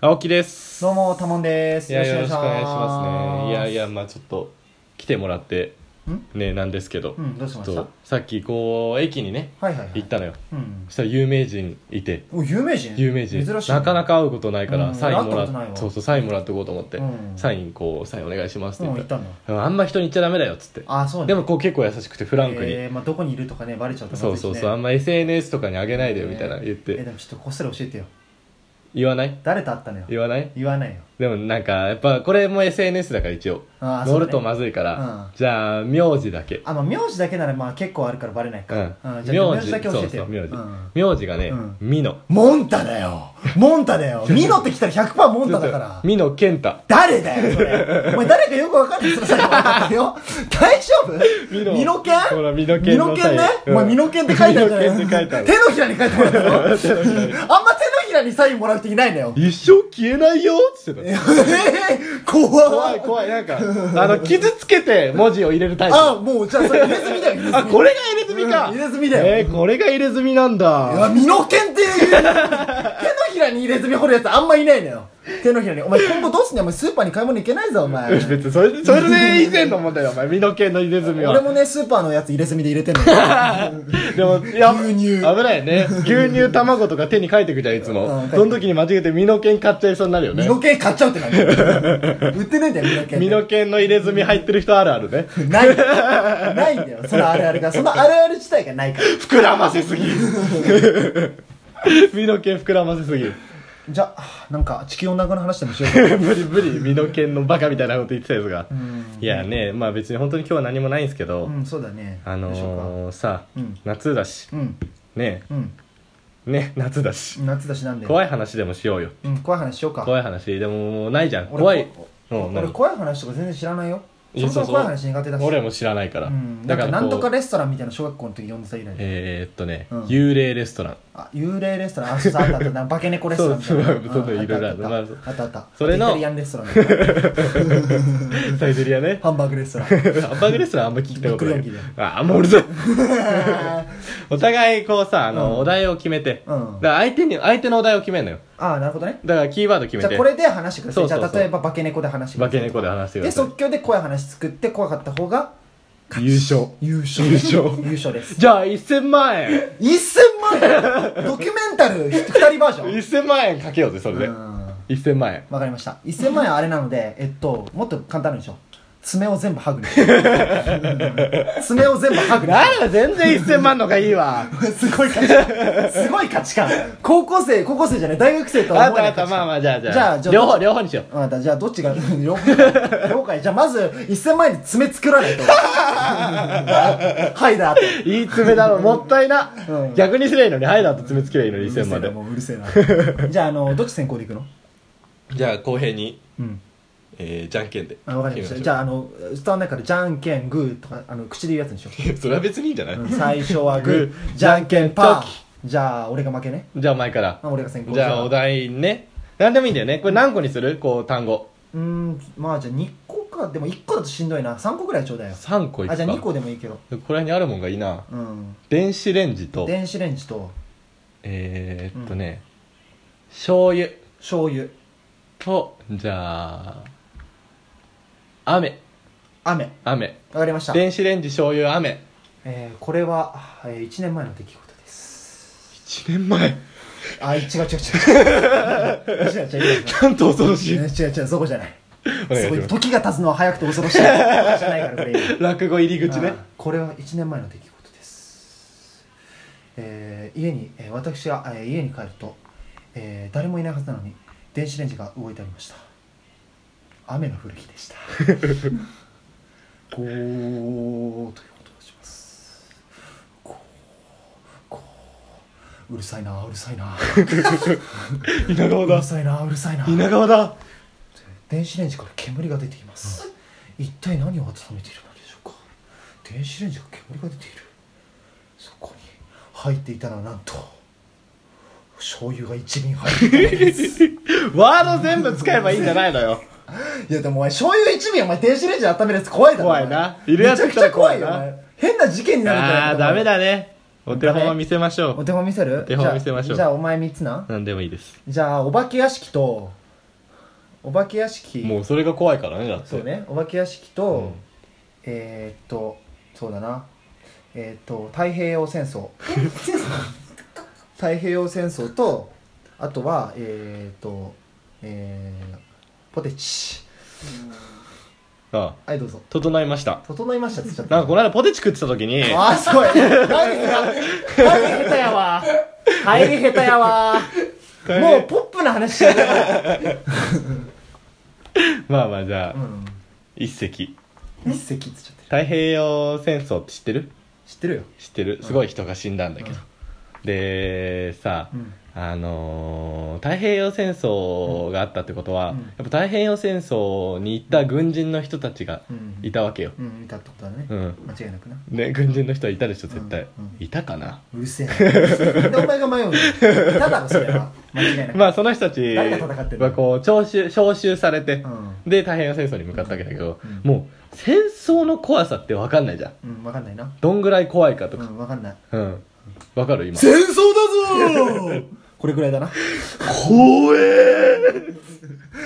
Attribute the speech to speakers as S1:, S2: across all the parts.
S1: 青木です
S2: どうも、たもんです。
S1: いやよろしくお願いしますねいやい
S2: や。
S1: やまあちょっと来てもらって
S2: ん
S1: ねなんですけど、
S2: うん、どうしま
S1: ちょ
S2: した
S1: っとさっきこう駅にね
S2: はいはいはい。
S1: 行ったのよ
S2: うん
S1: そ。したら有名人いて
S2: お、有名人
S1: 有名人
S2: 珍しい。
S1: なかな。か会うことないから、
S2: うん
S1: サインもら
S2: 会ったことない
S1: っ
S2: わ
S1: そうそうサインもらってこうと思って、
S2: うん
S1: サインこうサインお願いします
S2: う
S1: って
S2: ん、
S1: 言
S2: 行
S1: っ
S2: ったたんだ。
S1: ら、あんま人に言っちゃダメだよっつって
S2: あ、そうね
S1: でもこう結構優しくてフランクに、
S2: えー、まあどこにいるとかね、バレちゃうと
S1: そうそうそう、あん
S2: ま
S1: ま SNS とかにあげないでよ
S2: ね
S1: みたいな言っ
S2: ずいしねえ、
S1: て
S2: でもちょっとこっそり教えてよ。
S1: 言わない
S2: 誰と会ったのよ。
S1: 言わない
S2: 言わないよ。
S1: でもなんかやっぱこれも SNS だから一応
S2: あー
S1: 乗るとま
S2: ず。
S1: ずいから、
S2: うん
S1: じゃあ名字だけ
S2: あ、まあ名字だけならまあ結構あるからバレないか。
S1: うん
S2: うんじゃあ名字
S1: 字
S2: だけ教えて
S1: そうそ
S2: よ。
S1: う名字、
S2: うん
S1: 名字がね、
S2: うん
S1: 美濃
S2: モンタだよモン タだよミノって来たら100%モンタだから。
S1: 美濃健太
S2: 誰だよ、それ。お前誰かよくわかんないそれ最後分かったよ。大丈
S1: ミノ
S2: 夫ミノケン
S1: ほらミノケンの
S2: ミノケンね
S1: サイン。う
S2: お
S1: ん
S2: 前
S1: ミ
S2: ミノケンって書いてあるじゃない
S1: ノケンって書いてある
S2: 手のひらに書いてあるだろあんま手のひらにサインもらう人いないのよ。
S1: 一生消えないよっつって
S2: え
S1: た
S2: ー怖
S1: 怖い
S2: い。
S1: 怖いなんかあの傷つけて文字を入れるタイプ
S2: あ、もう、じゃあそれ入れ墨だよ、入れ
S1: あ
S2: 墨。
S1: これが入れ墨か、
S2: うん入れ墨だよ
S1: えーこれが入れ墨なん
S2: い
S1: だ
S2: や、ミノケンっていう、手のひらに入れ墨掘るやつあんまいないのよ。手のひらに。お前今後どうすんねん、お前スーパーに買い物行けないぞ、お前。
S1: 別にそれでそれで以前の問題だよお前美濃健の入れ墨は
S2: 俺もね、スーパーのやつ入れ墨で入れてんのよ。
S1: でも、いや、
S2: 牛乳
S1: 危ないよね。牛乳、卵とか手に書いてくじゃん、いつ
S2: うん書
S1: も
S2: い。て
S1: その時に間違えて身の剣買っちゃいそうになるよ
S2: ミ
S1: ね。
S2: ノケン買っちゃうっ てなる。売ってねえんだよ、ミノケン。
S1: 身の剣の入れ墨入ってる人あるあるね。
S2: ないんだよ。ないんだよ。そのある あるが。そのあるある自体がないから。
S1: 膨らませ すぎ。身の剣膨らませすぎ。
S2: じゃあ、なんか地球温暖化の話でもしようか。
S1: 無理無理、身の剣のバカみたいなこと言ってたやつが。いやね、まあ別に本当に今日は何もないんですけど
S2: う、ん、そうだね。
S1: あ
S2: どうしようか
S1: のーさ
S2: うん、
S1: 夏だし、
S2: うん、
S1: ね、
S2: うん。
S1: ね、夏だし、
S2: 夏だしなんで。
S1: 怖い話でもしようよ。
S2: うん、怖い話しようか。
S1: 怖い話、でももうないじゃん。
S2: 俺
S1: 怖い。う
S2: こ
S1: ん
S2: 俺
S1: 何
S2: 怖い話とか全然知らないよ。
S1: い
S2: そ
S1: や
S2: もそも
S1: そうそう
S2: 怖い話苦手だし。
S1: 俺も知らないから、
S2: うん、
S1: だ
S2: だ
S1: か
S2: からら
S1: こ
S2: な
S1: うん
S2: とかレストランみたいな小学校の時呼んでた以来。
S1: えー、っとね、
S2: うん
S1: 幽霊レストラン
S2: あ、幽霊レストラン、あ、そうそうあったあった、なんか化け猫レストランみたいな。
S1: そうそうそうそう
S2: うん
S1: いろいろある
S2: あったあったあった。
S1: それの
S2: イタリアンレストランみたいな。
S1: サイゼリアね
S2: ハンバーグレストラン。
S1: ハンバーグレストランあんま聞いたことない
S2: びっくりドン
S1: ああもううるさいお互いこうさあの、
S2: うん
S1: お題を決めて、
S2: うん
S1: だから相手に相手のお題を決めるのよ
S2: ああ、なるほどね。
S1: だからキーワード決
S2: じ
S1: め
S2: ゃあ
S1: て
S2: これで話してください。
S1: そうそうそう
S2: じゃあ例えば化け猫で話してくださ
S1: 化
S2: い。
S1: け猫で話してくだ
S2: で、
S1: さい
S2: 即興で怖い話作って怖かった方が
S1: 優勝
S2: 優勝。
S1: 優勝
S2: 優勝です。
S1: じゃあ1000万円
S2: 1000万円ドキュメンタル2人バージョン
S1: 1000万円かけようぜそれで、
S2: うん
S1: 1000万円
S2: わかりました。1000万円あれなので、えっと、もっと簡単なんでしょう。爪を全部ハグにしよう うん爪を全部ハグにしよ
S1: な
S2: う
S1: ら全然1000万の方がいいわ
S2: すごい価値観。すごい価値観。高校生、高校生じゃない、大学生とは
S1: あっ
S2: 思え
S1: たあっ
S2: ない価
S1: た
S2: 値観。
S1: まあまあじゃあじゃあ
S2: じゃあじゃあ
S1: 両方両方にしよう
S2: わかったじゃあどっちが 了解了解じゃあまず1000万円で爪作らないとはいだって
S1: いい爪だろ、もったいな。
S2: うん
S1: 逆にすりゃいいのに、はいだと爪つけりゃいいのに、
S2: うる
S1: 1000
S2: せえ
S1: ま
S2: な
S1: で。
S2: もううるせえなじゃああのどっち先行でいくの
S1: じゃあ、公平に、
S2: うん
S1: えー、じゃんけんで。
S2: あわかりましたじ
S1: ゃ
S2: ゃああの伝わんないからじゃんけんグーとかあの口で言うやつにしよ う
S1: それは別にいいんじゃない、
S2: うん最初はグ
S1: グー
S2: ーじゃんけんパ
S1: じゃんけん
S2: ーじゃあ俺が負けね
S1: じゃあ、前から。
S2: あ俺が先行
S1: じゃあ、お題ね。なんでもいいんだよね。これ何個にするこう、単語。
S2: うーんまあじゃあ2個かでも1個だとしんどいな3個ぐらいちょうだいよ
S1: 3個いくか。
S2: あじゃあ2個でもいいけど
S1: これにあるもんがいいな。
S2: うん
S1: 電子レンジと、
S2: 電子レンジと
S1: えー、っとね、醤油
S2: 醤油
S1: と、じゃあ、雨。
S2: 雨わ
S1: 雨。
S2: かりました
S1: 電子レンジ、醤油、雨。
S2: えーこれは、えー、1年前の出来事です
S1: 1年前。
S2: あ違う違う違う違う違う違う違う
S1: なんと恐ろしい。
S2: 違う違うそこじゃない
S1: お願いし
S2: そ
S1: ます
S2: ういう時が経つのは早くて恐ろしいそうじゃないからこれ
S1: 落語入り口ね
S2: あ。これは1年前の出来事です、えー家に、えー私が、えー家に帰ると、えー誰もいないはずなのに電子レンジが動いておりました雨の降る日でしたゴーという音がしますゴーゴーうるさいなうるさい な
S1: 稲川
S2: うる
S1: だ
S2: さいなうるさいな
S1: 稲川だ
S2: 電子レンジから煙が出ています、一体何を温めているのでしょうか電子レンジから煙が出ているそこに入っていたのはなんと醤油が一輪入っていたので すい
S1: ワード全部使えばいいんじゃないのよ
S2: やでもお前醤油一輪お前電子レンジで温めるやつ怖いだろ
S1: 怖いな
S2: お前
S1: いるやつ
S2: めちゃくちゃ怖いよ
S1: 来たら怖い
S2: お前変な事件になるから
S1: あーダメだねお手本を見せましょ
S2: お
S1: う
S2: 手本見せる
S1: 手本見せましょう
S2: じゃあじゃあお前3つな、
S1: 何でもいいです
S2: じゃあお化け屋敷とお化け屋敷
S1: もうそれが怖いからねだって
S2: そうねお化け屋敷と、
S1: うん
S2: えーっとそうだなえーっと太平洋戦 争太平洋戦争とあとはえーっとえーポテチ
S1: ああ
S2: はいどうぞ
S1: 整いました
S2: 整いましたって言っちゃった
S1: なんかこの間ポテチ食ってた時に
S2: あーすごい大変大下手やわ大変下手やわ
S1: 大
S2: も
S1: 変
S2: うポップな話しちゃう
S1: まあまあじゃあ、
S2: う
S1: 一席
S2: ん一石っつっちゃってる
S1: 太平洋戦争って知ってる
S2: 知ってるよ
S1: 知ってるすごい人が死んだんだけど、でさ、
S2: うん
S1: あのー太平洋戦争があったってことは、
S2: うん
S1: やっぱ太平洋戦争に行った軍人の人たちが
S2: うん
S1: いたわけよ、
S2: うんいたってことだね
S1: うん
S2: 間違いなくな
S1: ね軍人の人はいたでしょ絶対、
S2: うんうん
S1: いたかな
S2: うるせえななんでお前が迷うんだよただのそれは間違いなく
S1: まあその人たち
S2: 誰が戦ってんの
S1: はこう徴収召集されて、
S2: うん
S1: で太平洋戦争に向かったわけだけど、
S2: うん
S1: もう戦争の怖さって分かんないじゃん
S2: うん分かんないな
S1: どんぐらい怖いかと
S2: う
S1: か
S2: ん分かんない
S1: うん、分かる今
S2: 戦争だぞーこれぐらいだな
S1: 怖え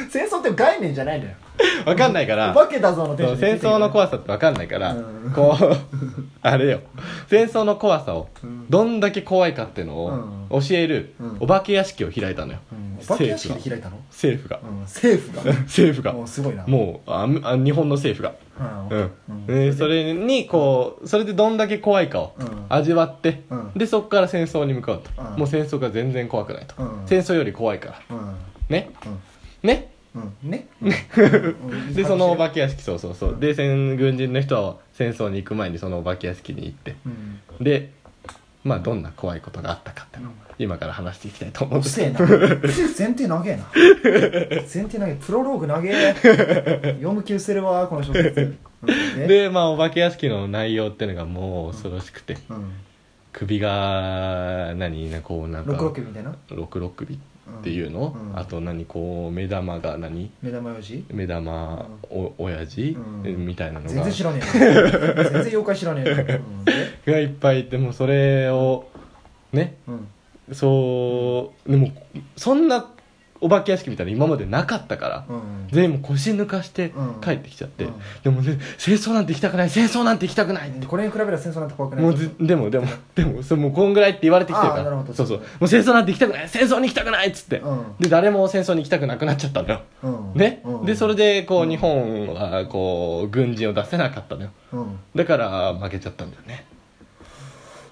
S2: 戦争って概念じゃないのよ
S1: 分かんないから
S2: お化けだぞのテン
S1: そう
S2: ションで
S1: 戦
S2: 出てくる
S1: 争の怖さって分かんないから、
S2: うん
S1: こう あれよ戦争の怖さを
S2: うん
S1: どんだけ怖いかっての
S2: う
S1: を教える
S2: うん
S1: お化け屋敷を開いたのよ、
S2: うんお化け屋
S1: 政
S2: 敷
S1: 府が
S2: で開いたの
S1: 政府が、
S2: うん政府が
S1: 政府が
S2: もうすごいな
S1: もうああ日本の政府が
S2: うん
S1: うん
S2: うん
S1: でそれにこうそれでどんだけ怖いかを
S2: うん
S1: 味わって、
S2: うん
S1: でそこから戦争に向かうと、
S2: うん
S1: もう戦争が全然怖くないと、
S2: うん
S1: 戦争より怖いから
S2: うん
S1: ね
S2: うん
S1: ね
S2: うんね
S1: でそのお化
S2: け
S1: け屋敷そうそうそうで戦軍人の人は戦争に行く前にそのお化け屋敷に行って
S2: うん
S1: でまあどんな怖いことがあったかっていうのを今から話していきたいと思うん
S2: う
S1: で
S2: っ
S1: す
S2: せえ
S1: け
S2: な
S1: ど
S2: 前提長えな前提長えプロローグ長え読む気失せるわこの小説うんで
S1: でまあお化け屋敷の内容っていうのがもう恐ろしくて
S2: うん
S1: 首が何なこうなんか
S2: 六六みたいな
S1: 六六首っていうの、
S2: うん
S1: あと何こう目玉が何
S2: 目玉用紙
S1: 目玉お親父、
S2: うん
S1: みたいなの
S2: 全
S1: が
S2: 然知らねえな全然妖怪知らね えなうんで
S1: がいっぱいいてもうそれをね
S2: うん
S1: そうでもそんなお化け屋敷みたいなの今までなかったから、
S2: うん
S1: 全部腰抜かして
S2: うん
S1: 帰ってきちゃって、
S2: うん
S1: でもね戦争なんて行きたくない戦争なんて行きたくないって
S2: これに比べたら戦争なんて怖くない
S1: もうずでもでもでもそれもうこんぐらいって言われてきてるか
S2: あーなる
S1: ら
S2: ほど
S1: そうそうもう戦争なんて行きたくない戦争に行きたくないっつって、
S2: うん
S1: で誰も戦争に行きたくなくなっちゃったんだよ
S2: うん
S1: ね、
S2: うん
S1: でそれでこう、
S2: うん
S1: 日本はこう軍人を出せなかったのよ
S2: うん
S1: だから負けちゃったんだよね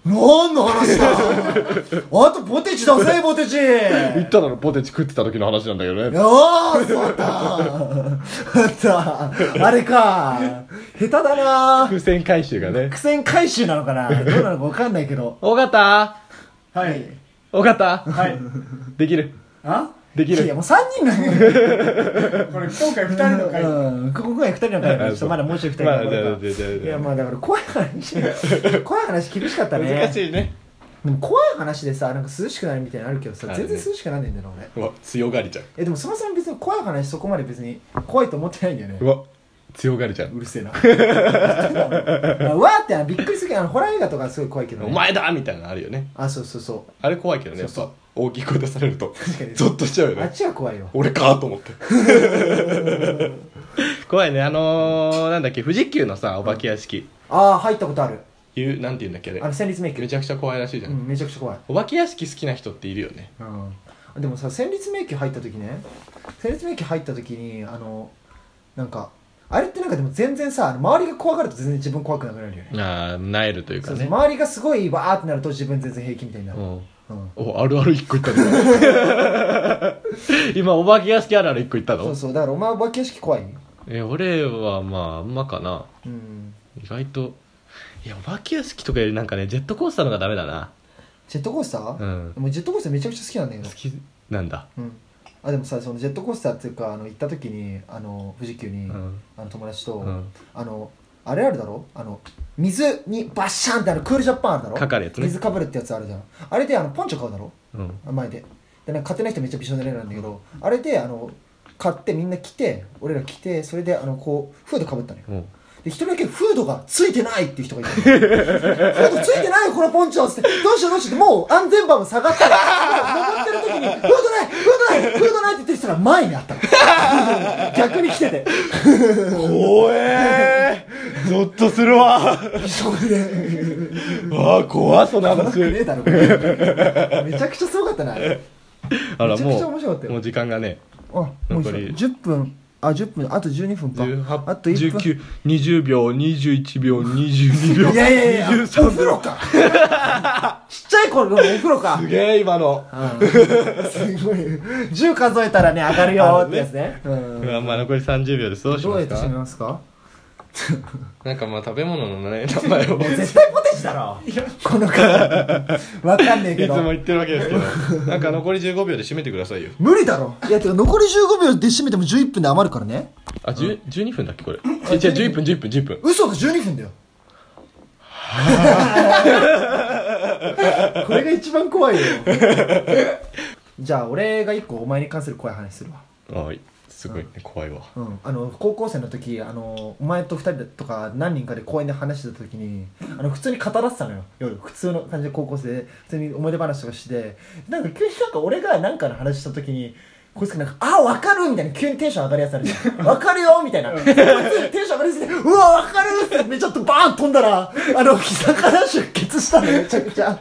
S2: 何の話だあとポテチだぜポテチ
S1: 言っただろポテチ食ってた時の話なんだけどね
S2: おーそうだそうだあれか下手だな
S1: 伏線回収がね
S2: 苦戦回収なのかなどうなのか分かんないけど
S1: 尾形
S3: はい。
S1: 尾形
S3: はい。
S1: できる
S3: あ
S1: でき
S2: い
S1: る
S2: やもう3人 なのよ
S3: これ今回二人の回。
S2: うんここが2人の会ちょっとまだもう一人2人の
S1: まあじゃあじゃあじゃあ
S2: いやまあだから怖 い話怖い話厳しかったね
S1: 難しいね
S2: でも怖い話でさなんか涼しくなるみたいなのあるけどさ
S1: ある
S2: 全
S1: ね
S2: 然涼しくなんねえんだよな俺
S1: うわ強がりちゃん
S2: えでもそもそも別に怖い話そこまで別に怖いと思ってないんだよね
S1: うわ強がりちゃん
S2: う るせえなあわーってあのびっくりするけどあのホラー映画とかすごい怖いけど、ね、
S1: お前だみたいなのあるよね
S2: あそうそうそう
S1: あれ怖いけどねやっ
S2: そうそ
S1: ぱ大きい声出されると
S2: 確かに
S1: ゾッとしちゃうよ
S2: あ
S1: ね
S2: っちは怖いよ
S1: 俺かと思って 怖いねあのー、なんだっけ富士急のさお化け屋敷、
S2: ああ入ったことある
S1: いうなんて言うんだっけあれ
S2: あの戦慄迷
S1: め
S2: 宮
S1: ちゃくちゃ怖いらしいじゃん、
S2: うんめちゃくちゃ怖い
S1: お化け屋敷好きな人っているよね
S2: うんでもさ戦慄迷宮入った時ね戦慄迷宮入った時にあのなんかあれってなんかでも全然さ周りが怖がると全然自分怖くなくなるよね
S1: ああなえるというか
S2: そう
S1: ね
S2: そう周りがすごいわーってなると自分全然平気みたいになる、
S1: うん
S2: うん
S1: おあるある一個言ったの 今お化け屋敷あるある一個言ったの
S2: そうそうだからお前お化け屋敷怖い
S1: え俺はまああんまかな
S2: うん
S1: 意外といやお化け屋敷とかよりなんかねジェットコースターのがダメだな
S2: ジェットコースター、
S1: うん
S2: もうジェットコースターめちゃくちゃ好きなんだけど
S1: 好きなんだ
S2: うん、あでもさそのジェットコースターっていうかあの行った時にあの富士急に、
S1: うん
S2: あの友達と、
S1: うん
S2: あのあれあるだろあの水にバッシャンってあるクールジャパンあるだろ
S1: かかるやつね
S2: 水かぶるってやつあるじゃんあれであのポンチョ買うだろ
S1: うん
S2: 前ででなんか買ってない人めっちゃびしょ濡れなんだけど、あれであの買ってみんな来て俺ら来てそれであのこうフードかぶったのよ
S1: うん
S2: で一人だけフードがついてないっていう人がいたのフードついてないよこのポンチョっつってどうしようどうしようってもう安全バーも下がったら登ってる時にフードないフードないフードないって言ってる人が前にあったの 逆に来てて
S1: 怖えーゾッとする わ
S2: そこで
S1: わあ怖っそんな
S2: 怖くね
S1: 話
S2: えだろこれめちゃくちゃすごかったなあれ
S1: あら
S2: めちゃくちゃ
S1: も
S2: 面白かった
S1: う
S2: よ
S1: もう時間がね
S2: あもう
S1: 残り
S2: 10分あ10分あと12分かあと1分
S1: 1920秒21秒22秒
S2: いやいやいやお
S1: 23
S2: 風呂
S1: 秒
S2: かちっちゃい頃のお風呂か
S1: すげえ今の
S2: うんすごい10数 えたらね上がるよーってやつねうん
S1: うわまあ残り30秒ですどうし
S2: どう
S1: ま
S2: や
S1: す
S2: って締め
S1: か
S2: ますか
S1: なんかまあ食べ物のね名前を
S2: もう絶対ポテチだろこの回わかんねえ
S1: い
S2: け
S1: つ
S2: ど
S1: も言ってるわけですけどなんか残り15秒で締めてくださいよ
S2: 無理だろいやてか残り15秒で締めても11分で余るからね
S1: あ十12分だっけこれえ違う11分10分10分
S2: 嘘が12分だよ これが一番怖いよじゃあ俺が一個お前に関する怖い話するわ
S1: あいすごいね怖いわ
S2: うん、あの高校生の時あのお前と2人とか何人かで公園で話してた時にあの普通に語らせてたのよ夜普通の感じで高校生で普通に思い出話とかしてなんか急になんか俺が何かの話した時にこいつがなんか「あ分かる」みたいな急にテンション上がるやつあるじゃん「分かるよ」みたいなこいつテンション上がりすぎて「うわ分かる」ってめっちゃっとバーン飛んだらあの膝から出血したのめちゃくちゃ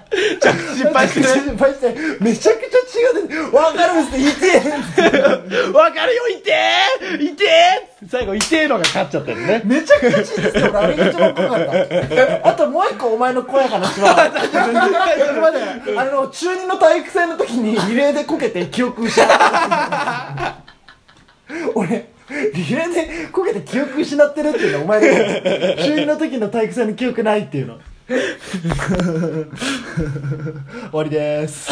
S1: 失敗して
S2: 失敗してめちゃくちゃ血が出て「分かる」って言って
S1: わかるよ痛え痛え最後痛えのが勝っちゃったよね
S2: めちゃくちゃチーズって俺あれが一番怖かったあともう一個お前の怖い話はそれまであの中二の体育祭の時にリレーでこけて記憶失った俺リレーでこけて記憶失ってるっていうのはお前の中二の時の体育祭の記憶ないっていうの終わりです